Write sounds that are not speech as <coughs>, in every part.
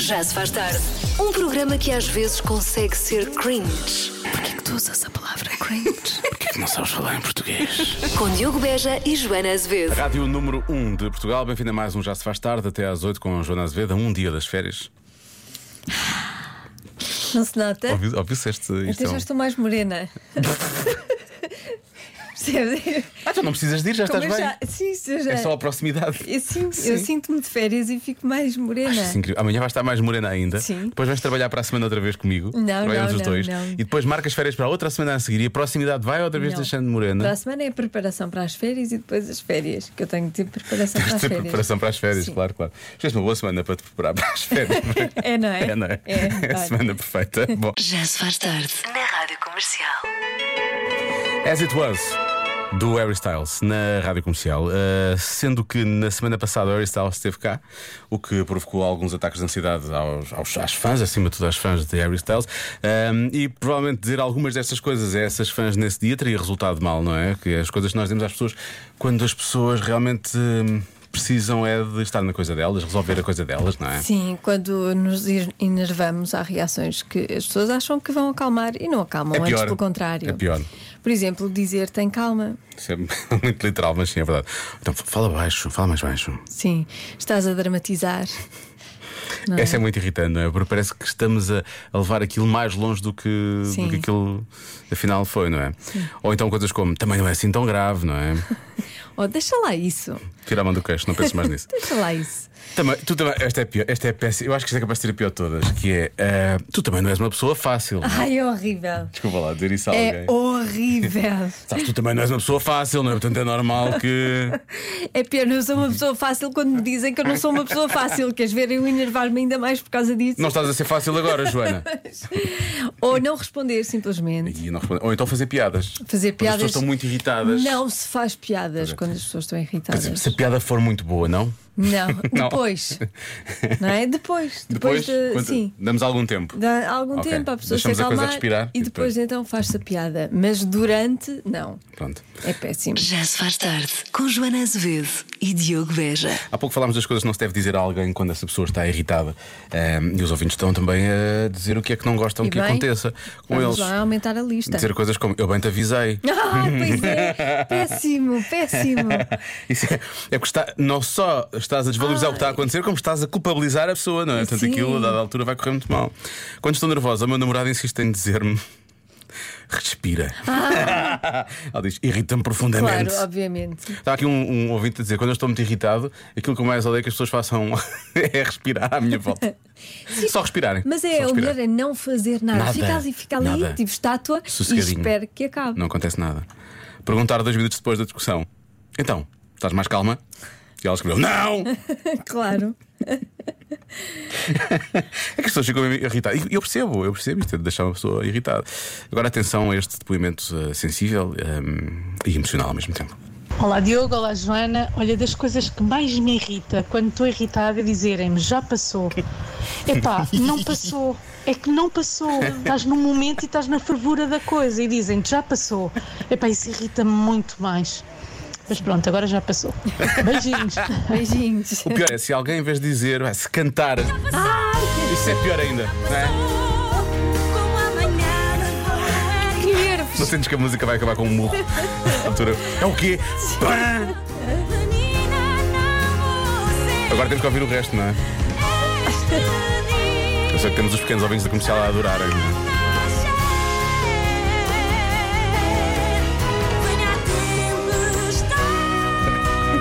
Já se faz tarde. Um programa que às vezes consegue ser cringe. Porquê que tu usas a palavra cringe? Não sabes falar em português. <laughs> Com Diogo Beja e Joana Azevedo. <laughs> Rádio número 1 de Portugal, bem-vindo a mais um Já Se Faz Tarde, até às 8 com a Joana Azevedo, a um dia das férias. Não se nota? Ouvi- Ouviste este. Isto Então é um- Ah. já estou mais morena. Percebes? Ah, tu não precisas de ir, já Como estás eu bem. já- Sim, sim, eu já. É só a proximidade. Eu, sim- eu sinto-me de férias e fico mais morena. Acho isso incrível. Amanhã vais estar mais morena ainda. Sim. Depois vais trabalhar para a semana outra vez comigo. Não, Trabalhamos não, os não, dois. não. E depois marcas férias para a outra semana a seguir. E a proximidade vai outra vez Não. deixando morena. Para a semana é a preparação para as férias e depois as férias, que eu tenho de <laughs> ter preparação para Tens as de ter férias. preparação para as férias, Sim. claro, claro. Fizeste uma boa semana para te preparar para as <laughs> férias. É, não é? É, não é? É, É <laughs> a olha. semana perfeita. Bom, Já se faz tarde. Na Rádio Comercial. As It Was do Harry Styles na rádio comercial. Uh, sendo que na semana passada o Harry Styles esteve cá, o que provocou alguns ataques de ansiedade aos, aos- às fãs, acima de tudo às fãs de Harry Styles. Um, e provavelmente dizer algumas destas coisas a essas fãs nesse dia teria resultado mal, não é? Que as coisas que nós dizemos às pessoas quando as pessoas realmente. hum, Precisam é de estar na coisa delas, resolver a coisa delas, não é? Sim, quando nos ir- enervamos há reações que as pessoas acham que vão acalmar e não acalmam, É pior. antes pelo contrário. É pior. Por exemplo, dizer tem calma. Isso é <laughs> muito literal, mas sim, é verdade. Então fala baixo, fala mais baixo. Sim, estás <laughs> a dramatizar. Não é? Essa é muito irritante, não é? Porque parece que estamos a, a levar aquilo mais longe do que, do Sim. que aquilo afinal foi, não é? Ou então coisas como também não é assim tão grave, não é? Oh, deixa lá isso. Tira a mão do queixo, não penses mais nisso. <laughs> Deixa lá isso. Também, tu também, esta é pior, esta é péssima, eu acho que esta é capaz de ser a pior de todas, que é ah, tu também não és uma pessoa <laughs> fácil. não é? Ai, é horrível. Desculpa lá, dizer isso a alguém. É <laughs> horrível. Sabes, tu também não és uma pessoa fácil, não é? Portanto é normal <laughs> que. É pior, eu sou uma pessoa fácil quando me dizem que eu não sou uma pessoa fácil. Queres ver eu enervar-me ainda mais por causa disso? Não estás a ser fácil agora, <laughs> Joana. Ou não responder simplesmente. E não responde. Ou então fazer piadas. Fazer Porque As piadas. pessoas estão muito irritadas. Não se faz piadas quando as pessoas estão é. Quer irritadas. dizer, se a piada for muito boa, não? Não, <laughs> Não. depois. Não é? Depois. Depois, Depois, de- quanto- sim. damos algum tempo. Dá algum Ok, tempo à pessoa se deixamos a coisa acalmar respirar e e depois depois- então faz-se a piada. Mas durante, não. Pronto. É péssimo. Já se faz tarde. Com Joana Azevedo e Diogo Beja. Há pouco falámos das coisas que não se deve dizer a alguém quando essa pessoa está irritada. Ahm, e os ouvintes estão também a dizer o que é que não gostam E que bem, aconteça com Vamos eles. lá aumentar a lista. Dizer coisas como eu bem te <laughs> avisei. <laughs> Ah, pois é, péssimo, péssimo. Isso é, é porque está, não só estás a desvalorizar o que está a acontecer, como estás a culpabilizar a pessoa, não é? Portanto, Sim. aquilo a dada altura vai correr muito mal. Quando estou nervosa, o meu namorado insiste em dizer-me. Respira. <laughs> Ela diz: irrita-me profundamente. Ah. Claro, obviamente. Está aqui um, um ouvinte a dizer: quando eu estou muito irritado, aquilo que eu mais odeio que as pessoas façam <laughs> é respirar à minha volta. Só respirarem. Mas Só é o respirar. melhor é não fazer nada. Nada, Fica ali, fica ali, nada. tipo estátua e Sossegadinho. espero que acabe. Não acontece nada. Perguntar dois minutos depois da discussão: então, estás mais calma? E ela escreveu: não! Claro. É que as pessoas ficam mesmo irritadas. E eu percebo, eu percebo isto, é de deixar uma pessoa irritada. Agora, atenção a este depoimento eh, sensível eh, e emocional ao mesmo tempo. Olá Diogo, olá Joana. Olha, das coisas que mais me irrita quando estou irritada é dizerem-me já passou. Epá, não passou. É que não passou. Estás num momento e estás na fervura da coisa e dizem-te já passou. Epá, isso irrita-me muito mais. Mas pronto, agora já passou. Beijinhos. <laughs> Beijinhos. O pior é se alguém, em vez de dizer, vai, se cantar, isso é pior ainda, não é? Que nervos. Não sentes que a música vai acabar com um murro? Altura. É o quê? Pã! Agora temos que ouvir o resto, não é? Eu sei que temos os pequenos ouvintes da comercial a adorarem. não é? é?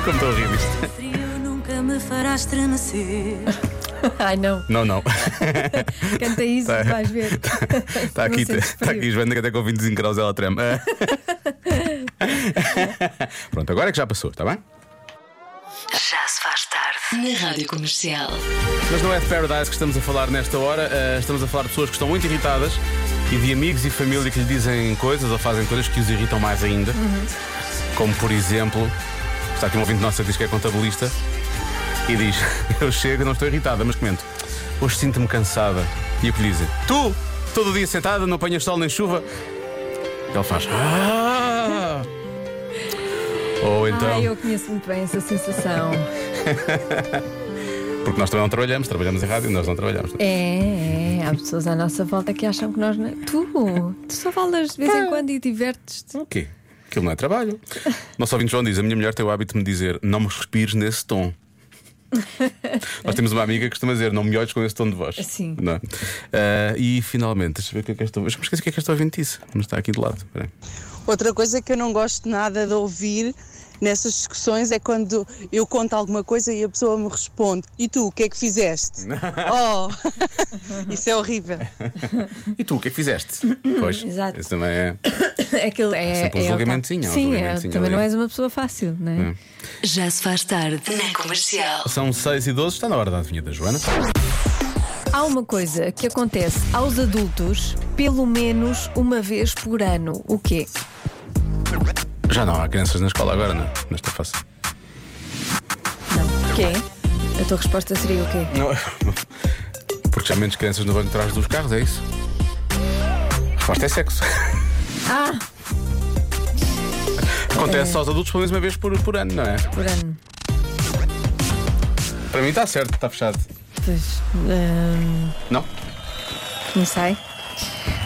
<laughs> Como estou a rir disto? Ai não, Não, não. canta isso, Tá. tu vais ver. Está Tá aqui, Não sentes está aqui, frio. Joana, que até com 25 graus ela treme. <laughs> Ah. Pronto, agora é que já passou, está bem? Já se faz tarde. Na Rádio Comercial. Mas não é de Paradise que estamos a falar nesta hora. eh, estamos a falar de pessoas que estão muito irritadas e de amigos e família que lhe dizem coisas ou fazem coisas que os irritam mais ainda. Como, por exemplo, está aqui um ouvinte nosso que diz que é contabilista e diz: <laughs> Eu chego, não estou irritada, mas comento. Hoje sinto-me cansada. E o que lhe dizem? Tu, todo dia sentada, não apanhas sol nem chuva. Ele faz. "Ah!" Ou então. Ai, eu conheço muito bem essa sensação. Porque nós também não trabalhamos, trabalhamos em rádio, nós não trabalhamos. É, é, há pessoas à nossa volta que acham que nós não. Tu, tu só falas de vez Ah. em quando e divertes-te. <laughs> O quê? Aquilo não é trabalho. Nosso ouvinte João diz: A minha mulher tem o hábito de me dizer, não me respires nesse <laughs> tom. Nós temos uma amiga que costuma dizer, não me olhes com esse tom de voz. Sim. Não é? Ah, e finalmente, deixa eu ver o que é que esta. Eu me esqueci o que é que esta ouvinte disse. Não está aqui de lado. Espera aí. Outra coisa que eu não gosto nada de ouvir nessas discussões é quando eu conto alguma coisa e a pessoa me responde: E tu, o que é que fizeste? oh, <laughs> isso é horrível. E tu, o que é que fizeste? <coughs> pois. <coughs> Exato. Isso também é. Aquilo sempre um é. é o tal- julgamentozinho, é um Sim, é, julgamentozinho Hum. também ali. não és uma pessoa fácil, não é? Já se faz tarde na comercial. São 6 e 12, está na hora da adivinha da Joana. Há uma coisa que acontece aos adultos pelo menos uma vez por ano. O quê? Já não há crianças na escola agora, não? é? Nesta fase. Não. O quê? A tua resposta seria o quê? Não. <laughs> Porque já menos crianças no banco de trás dos carros, é isso? A resposta é sexo. Ah, É. Acontece aos adultos pelo menos uma vez por, por ano, não é? por ano. Para mim está certo, está fechado. Pois. hum, Não? não sei.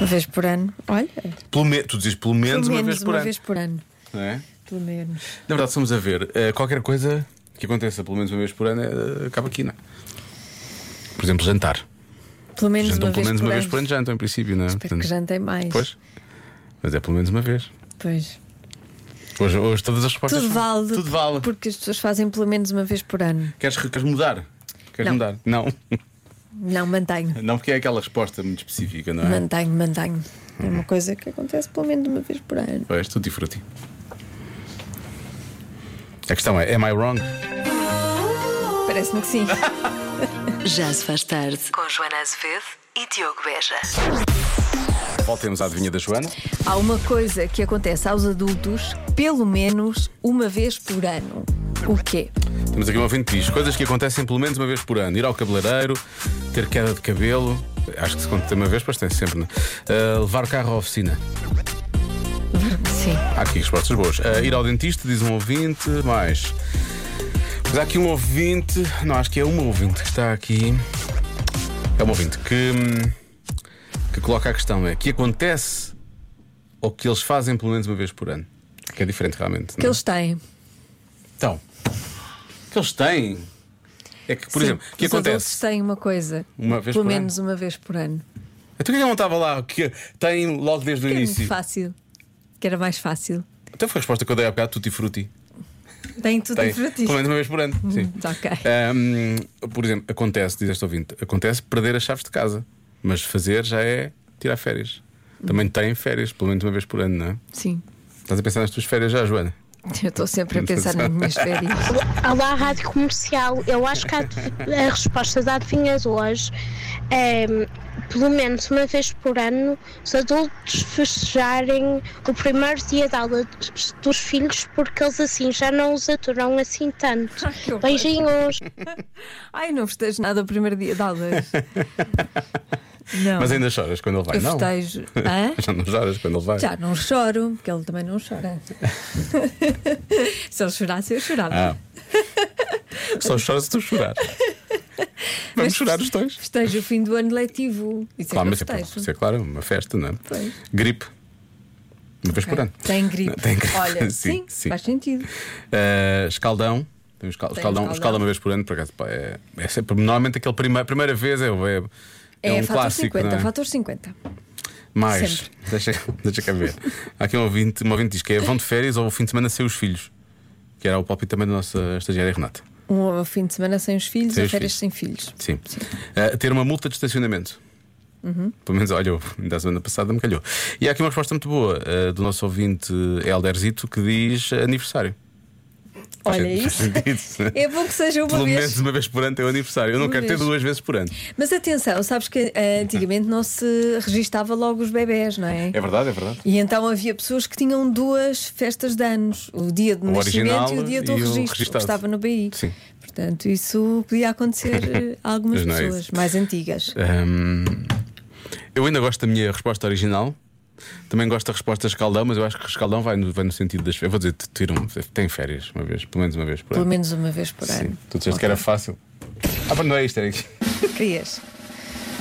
Uma vez por ano. Olha, Pelo me... Tu dizes pelo menos, pelo uma menos vez por uma ano. vez por ano. Não é? Pelo menos. Na verdade, estamos a ver. eh, qualquer coisa que aconteça pelo menos uma vez por ano eh, acaba aqui, não é? Por exemplo, jantar. Pelo menos Jantam uma pelo vez menos por uma ano. vez por ano, jantam em princípio, não é? Espero que jantem mais. Pois. Mas é pelo menos uma vez. Pois. Hoje, hoje todas as respostas. Tudo são- vale. Tudo vale. Porque as pessoas fazem pelo menos uma vez por ano. Queres, queres mudar? Queres Não. mudar? Não. Não, mantenho. Não, porque é aquela resposta muito específica, não é? Mantenho, mantenho. É uma coisa que acontece pelo menos uma vez por ano. Pois, tudo frutti. A questão é: am I wrong? Parece-me que sim. Já se faz tarde com Joana Azevedo e Diogo Beja. Voltemos à adivinha da Joana. Há uma coisa que acontece aos adultos pelo menos uma vez por ano. O quê? Temos aqui um ouvinte que diz: coisas que acontecem pelo menos uma vez por ano. Ir ao cabeleireiro, ter queda de cabelo. Acho que se conta uma vez, pois tem sempre, né? Ah, levar o carro à oficina. Sim. Há aqui respostas boas. Ah, ir ao dentista, diz um ouvinte, mais. Mas há aqui um ouvinte. Não, acho que é uma ouvinte que está aqui. É uma ouvinte que. hum, que coloca a questão: é que acontece ou que eles fazem pelo menos uma vez por ano? Que é diferente realmente. Que não é? eles têm. Então. Que eles têm. É que, por Sim, exemplo, que os adultos acontece. têm uma coisa. Uma vez pelo por menos uma vez por ano. Então que ele não estava lá? Que tem logo desde o Que é muito início. fácil. Que era mais fácil. Então foi a respoesta que eu dei há bocado: tutti frutti. Tem tudo Tem. é? diferente. Pelo menos uma vez por ano. Sim. Tá ok. Ahm, por exemplo, acontece, diz este ouvinte, acontece perder as chaves de casa, mas fazer já é tirar férias. Também tem férias, pelo menos uma vez por ano, não é? Sim. Estás a pensar nas tuas férias já, Joana? Eu estou sempre a pensar nas <laughs> minhas férias. Olá, Rádio Comercial. Eu acho que a adiv- as respostas a adivinhas hoje, ehm, pelo menos uma vez por ano, os adultos festejarem o primeiro dia de aula dos, dos filhos porque eles assim já não os aturam assim <laughs> tanto. que horror. Beijinhos! Ai, não festejo nada o primeiro dia <laughs> de aulas. Não. Mas ainda choras quando ele vai, eu não? festejo. <laughs> Hã? Já não choras quando ele vai. Já não choro, porque ele também não chora. <laughs> Se ele chorasse, eu chorava. Ah. Só choras se tu <laughs> chorar. Vamos chorar os dois. Festejo o fim do ano letivo. Isso Claro, é que mas é, eu para- festejo. isso é claro, uma festa, não é? Pois. Gripe. Uma vez por ano. Tem gripe. Tem gripe. <laughs> Olha, Sim, sim, sim. faz sentido. Uh, escaldão. Tem um escal- Tem escaldão. escaldão. Escalda uma vez por ano, por acaso. pá, É, é sempre, normalmente aquele primeira, primeira vez é, é, é um fator clássico. 50, não é? fator 50. Mais, sempre. <laughs> deixa, deixa cá ver. Há aqui um ouvinte, um ouvinte diz que é vão de férias ou o fim de semana sem os filhos. Que era o palpite também da nossa estagiária Renata. Um fim de semana sem os filhos, Sem ou os férias filhos. sem filhos. Sim. Uh, ter uma multa de estacionamento. Uhum. Pelo menos, olha, <laughs> da semana passada me calhou. E há aqui uma resposta muito boa uh, do nosso ouvinte Elderzito que diz aniversário. Olha <laughs> Faz isso. sentido. <laughs> É bom que seja uma Pelo vez. menos uma vez por ano tem o aniversário. Eu não Uma quero vez. ter duas vezes por ano. Mas atenção, sabes que eh, antigamente não se registava logo os bebés, não é? verdade, é verdade. E então havia pessoas que tinham duas festas de anos, o dia de O original nascimento e o dia do e o registro, que registado. estava no BI. Sim. Portanto, isso podia acontecer eh, <laughs> a algumas Mas não é pessoas mais antigas. eu ainda gosto da minha resposta original. Também gosto da resposta escaldão, mas eu acho que escaldão vai no, vai no sentido das férias. Eu vou dizer, tiram, tem férias uma vez, pelo menos uma vez por Pelo ano. menos é. uma vez por Sim. ano. Tu disseste que era fácil. Ah, mas não é isto, era isto. Querias?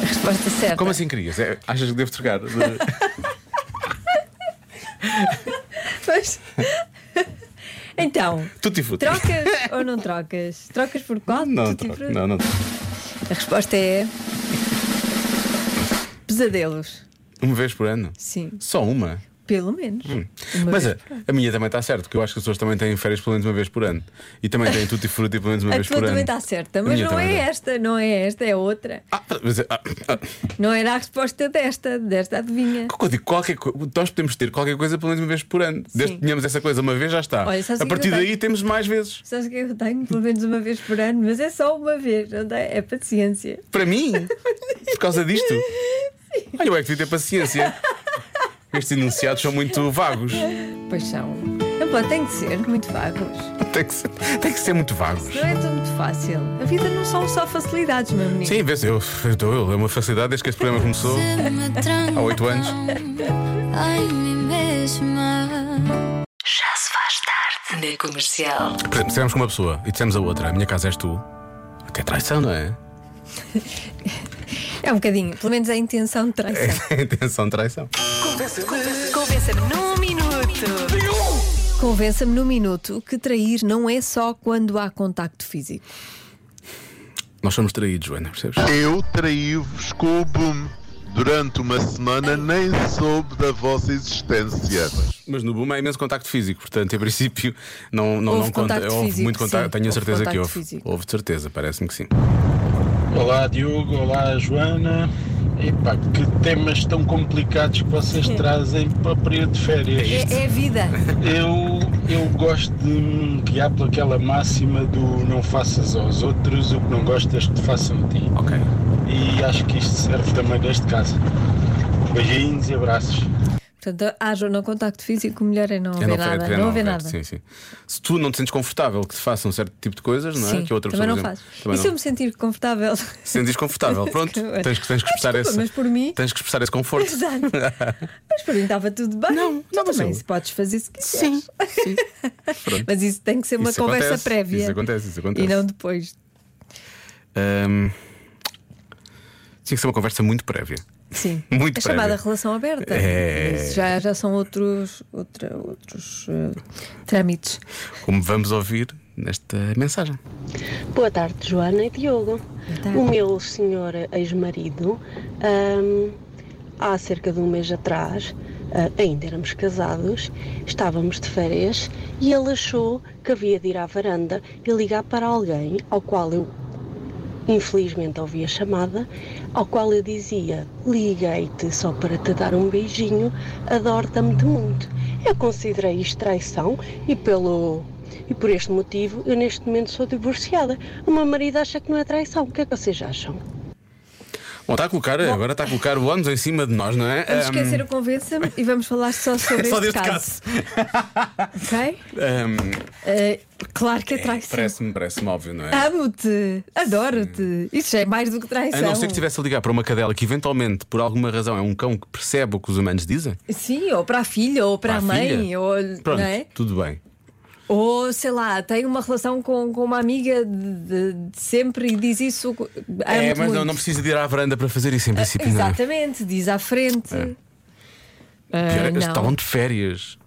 A resposta certa. Como assim querias? É, achas que devo trocar? <laughs> assim? Mas- <laughs> então, Tutti frutti. trocas ou não trocas? Trocas por <laughs> qual? Não, Tutti troco. frutti? Não, não. troco. A resposta é. Pesadelos. Uma vez por ano? Sim, Só uma. pelo menos. Uma Mas vez a, a minha também está certo, porque eu acho que as pessoas também têm férias pelo menos uma vez por ano. E também têm tutti frutti pelo menos uma A vez tua por ano. também está certa, A mas minha não é também está. esta, não é esta, é outra. Ah, mas, ah, ah, Não era a resposta desta, desta adivinha. eu digo, qualquer co- Nós podemos ter qualquer coisa pelo menos uma vez por ano. Desde que tenhamos essa coisa uma vez, já está. Olha, sabes a o que é que partir eu daí tenho? temos mais vezes. Sabes o que é que eu tenho? Pelo menos uma vez por ano, mas é só uma vez, não dá? é paciência. Para mim, por causa disto. Olha, eu é que devia ter paciência. Estes enunciados são muito vagos. Paixão. Não pode, Então, tem que ser muito vagos. Tem que ser, tem que ser muito vagos. Não é tudo muito fácil. A vida não são só facilidades, meu menino. Sim, vê-se, eu eu estou eu. É uma facilidade desde que este programa começou. Há oito anos. Ai, me mesma. Já se faz tarde na comercial. Por exemplo, dissemos com uma pessoa e dissemos a outra: A minha casa és tu. Até traição, não é? <laughs> É um bocadinho, pelo menos a intenção de traição. É intenção de traição. Convença-me num minuto. Convença-me num minuto que trair não é só quando há contacto físico. Nós somos traídos, Joana, percebes? Eu traí-vos com o boom. Durante uma semana nem soube da vossa existência. Mas no boom há imenso contacto físico, portanto, em princípio, não, não, Houve não conta. contacto houve físico, muito sim. contacto, tenho a Houve certeza que contacto houve. físico. Houve de certeza, parece-me que sim. Olá Diogo, olá Joana. Epá, que temas tão complicados que vocês trazem para o período de férias. É, é a vida. <laughs> Eu, eu gosto de me guiar por aquela máxima do não faças aos outros o que não gostas que te façam a ti. Ok. E acho que isto serve também neste caso. Beijinhos e abraços. Portanto, haja ou não contacto físico, o melhor é não haver não nada. ofereço, é não haver ofereço, nada. Sim, sim. Se tu não te sentes confortável que te façam um certo tipo de coisas, não é? Sim, que a outra também pessoa, não por faz. exemplo, E Também se eu não. me sentir confortável? <laughs> Se sentes desconfortável, pronto, Que- tens, que- tens que Ah, expressar desculpa, esse. mas por mim- Tens que expressar esse conforto. <laughs> Exato. Mas para mim estava tudo bem. Não, tu não, mas também eu- se podes fazer se quiseres. Sim. <laughs> Mas isso tem que ser é uma Isso conversa acontece, prévia. Isso acontece, isso acontece. E não depois. Ahm, Tinha que ser uma conversa muito prévia. Sim. Muito é chamada prévia. relação aberta. É. Isso já, já são outros, outra, outros eh, trâmites. Como vamos ouvir nesta mensagem. Boa tarde, Joana e Diogo. tarde. O meu senhor ex-marido, hum, há cerca de um mês atrás, ah, ainda éramos casados, estávamos de férias e ele achou que havia de ir à varanda e ligar para alguém ao qual eu infelizmente ouvi a chamada, ao qual eu dizia: Liguei-te só para te dar um beijinho, adoro-te-me muito. Eu considerei isto traição e, pelo, e por este motivo eu neste momento sou divorciada. O meu marido acha que não é traição. O que é que vocês acham? Bom, está a colocar, agora está a colocar o ônus em cima de nós, não é? Vamos Ahm, É esquecer o convença-me e vamos <laughs> falar só sobre Só este deste caso. <laughs> Ok? ahm, Eh, claro que é traição. Parece-me, parece-me óbvio, não é? Ah, Amo-te, adoro-te. Isso já é mais do que traição. A não ser que estivesse a ligar para uma cadela que, eventualmente, por alguma razão, é um cão que percebe o que os humanos dizem. Sim, ou para a filha, ou para, a mãe, filha. ou Pronto, não é? tudo bem. Ou sei lá, tem uma relação com, com uma amiga de, de sempre e diz isso. é, amo-te mas não, muito. Ah, não precisa de ir à varanda para fazer isso, em princípio, não é? Exatamente, diz à frente. Ah, Pior é, não. Estavam de férias. <laughs>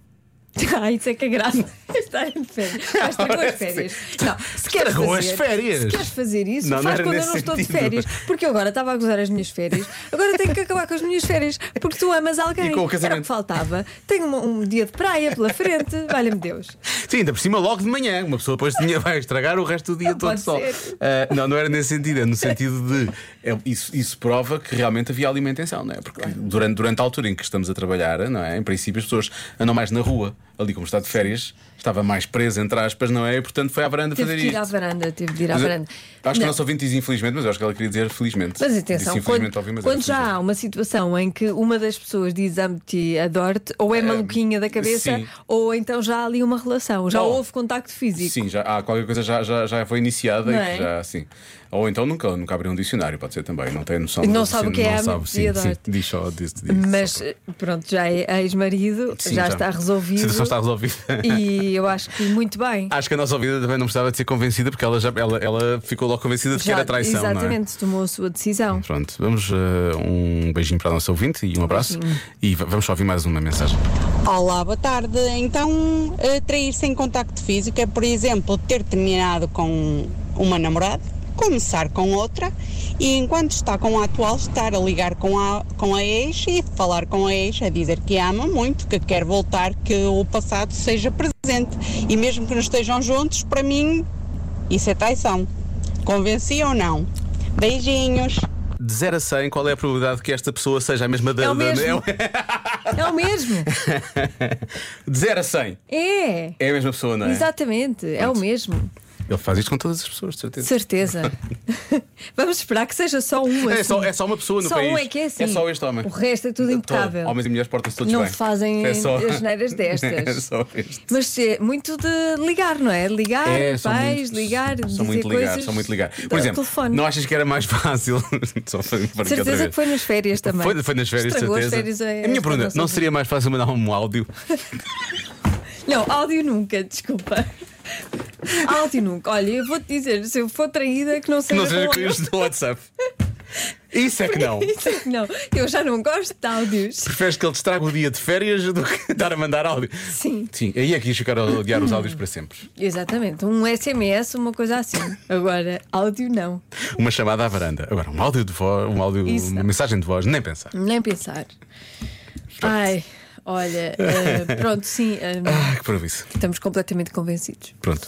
Ah, isso é que é grave. <laughs> Estarem de <laughs> férias. Vais ter boas férias. Não, se queres Estragou fazer, as férias. Se queres fazer isso, Não, não faz era quando eu nesse não estou de sentido. férias. Porque eu agora estava a gozar as minhas férias. Agora tenho que acabar com as minhas férias. Porque tu amas alguém. E com o Era o casamento. que faltava. Tenho um, um dia de praia pela frente. Valha-me <laughs> Deus. Sim, ainda por cima logo de manhã. Uma pessoa depois tinha vai estragar o resto do dia Não todo pode só. ser. Ah, não, não era nesse sentido, é no sentido de é, isso, isso prova que realmente havia alimentação, não é? Porque durante, durante a altura em que estamos a trabalhar, não é? Em princípio as pessoas andam mais na rua, ali como está de férias, estava mais presa, entre aspas, não é? E portanto foi à varanda Tive fazer de ir à isto. varanda. Tive de ir à Mas eu- varanda. Acho que o Não. nosso ouvinte diz infelizmente, mas eu acho que ela queria dizer felizmente. Mas atenção, Disse quando, infelizmente, óbvio, mas era quando já felizmente. há uma situação em que uma das pessoas diz amo-te, adoro-te, ou é maluquinha da cabeça, sim. ou então já há ali uma relação, já Não. houve contacto físico. Sim, já, há qualquer coisa já, já, já foi iniciada Não e é? que já, sim. Ou então nunca, nunca abriu um dicionário, pode ser também, não tem noção. Não do- sabe o que não é sabe, sim, amnisia de sim, arte. diz só, diz, diz, Mas só. eh, pronto, já é ex-marido, Sim, então. já, está A resolvido. situação está resolvida. E, e eu acho que muito bem. Acho que a nossa ouvida também não precisava de ser convencida, porque ela, já, ela, ela ficou logo convencida de que era traição, não é? exatamente, tomou a sua decisão. Pronto, vamos eh, um beijinho para a nossa ouvinte e um abraço. E va- vamos só ouvir mais uma mensagem. Olá, boa tarde. Então, eh, trair sem contacto físico é, por exemplo, ter terminado com uma namorada, começar com outra e, enquanto está com a atual, estar a ligar com a, com a ex e falar com a ex, a dizer que ama muito, que quer voltar, que o passado seja presente. E mesmo que não estejam juntos, para mim, isso é traição. Convenci ou não? Beijinhos. De 0 a 100, qual é a probabilidade que esta pessoa seja a mesma da. É da- o mesmo. É o mesmo. <laughs> De 0 a 100, É. é a mesma pessoa, não é? Exatamente, é o mesmo. Ele faz isto com todas as pessoas, de certeza. De <laughs> certeza. Vamos esperar que seja só um. É assim. só, é só uma pessoa no Só país. um é que é assim. só este homem. O resto é tudo impecável. Todo. Homens e mulheres portam-se todos Não bem. fazem é só... as neiras <laughs> destas. é só este. Mas é muito de ligar, não é? Ligar, É, pais, são muito- ligar, dizer São muito ligados, coisas são muito ligados. Por ao exemplo, telefone. não achas que era mais <laughs> fácil? Só fazer um parque outra certeza que vez. foi nas férias também. Foi, foi nas férias, de Estragou certeza. As férias a, a minha esta pergunta, nossa não seria mais fácil mandar um áudio? Não, áudio nunca, desculpa. <laughs> áudio nunca. Olha, eu vou-te dizer, se eu for traída, que não Que seja. não seja com com áudio. isto do WhatsApp. Isso é que não. Isso é que <laughs> não. Eu já não gosto de áudios. Preferes que ele te traga o dia de férias do que <laughs> estar a mandar áudio? Sim. Sim, aí é que ias ficar a odiar os áudios para sempre. Exatamente. Um SMS, uma coisa assim. Agora, áudio não. Uma chamada à varanda. Agora, um áudio de voz, um áudio, Isso uma não. mensagem de voz, nem pensar. Nem pensar. Ai, <laughs> olha, eh, pronto, sim, eh, Ah, que proviso. estamos completamente convencidos. <laughs> Pronto.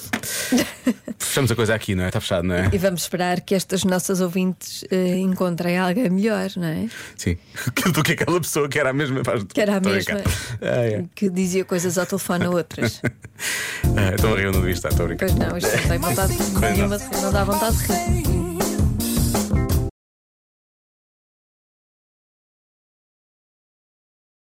Fechamos a coisa aqui, não é? Está fechado, não é? E vamos esperar que estas nossas ouvintes eh, encontrem alguém melhor, não é? Sim. <laughs> Do que aquela pessoa que era a mesma. Que era a Estou mesma. brincar. Ah, é. Que dizia coisas ao telefone a <laughs> outras. Ah, Estou a rir, eu não então devia estar, estou a brincar. Pois não, isto não tem vontade não. nenhuma, não dá vontade de rir.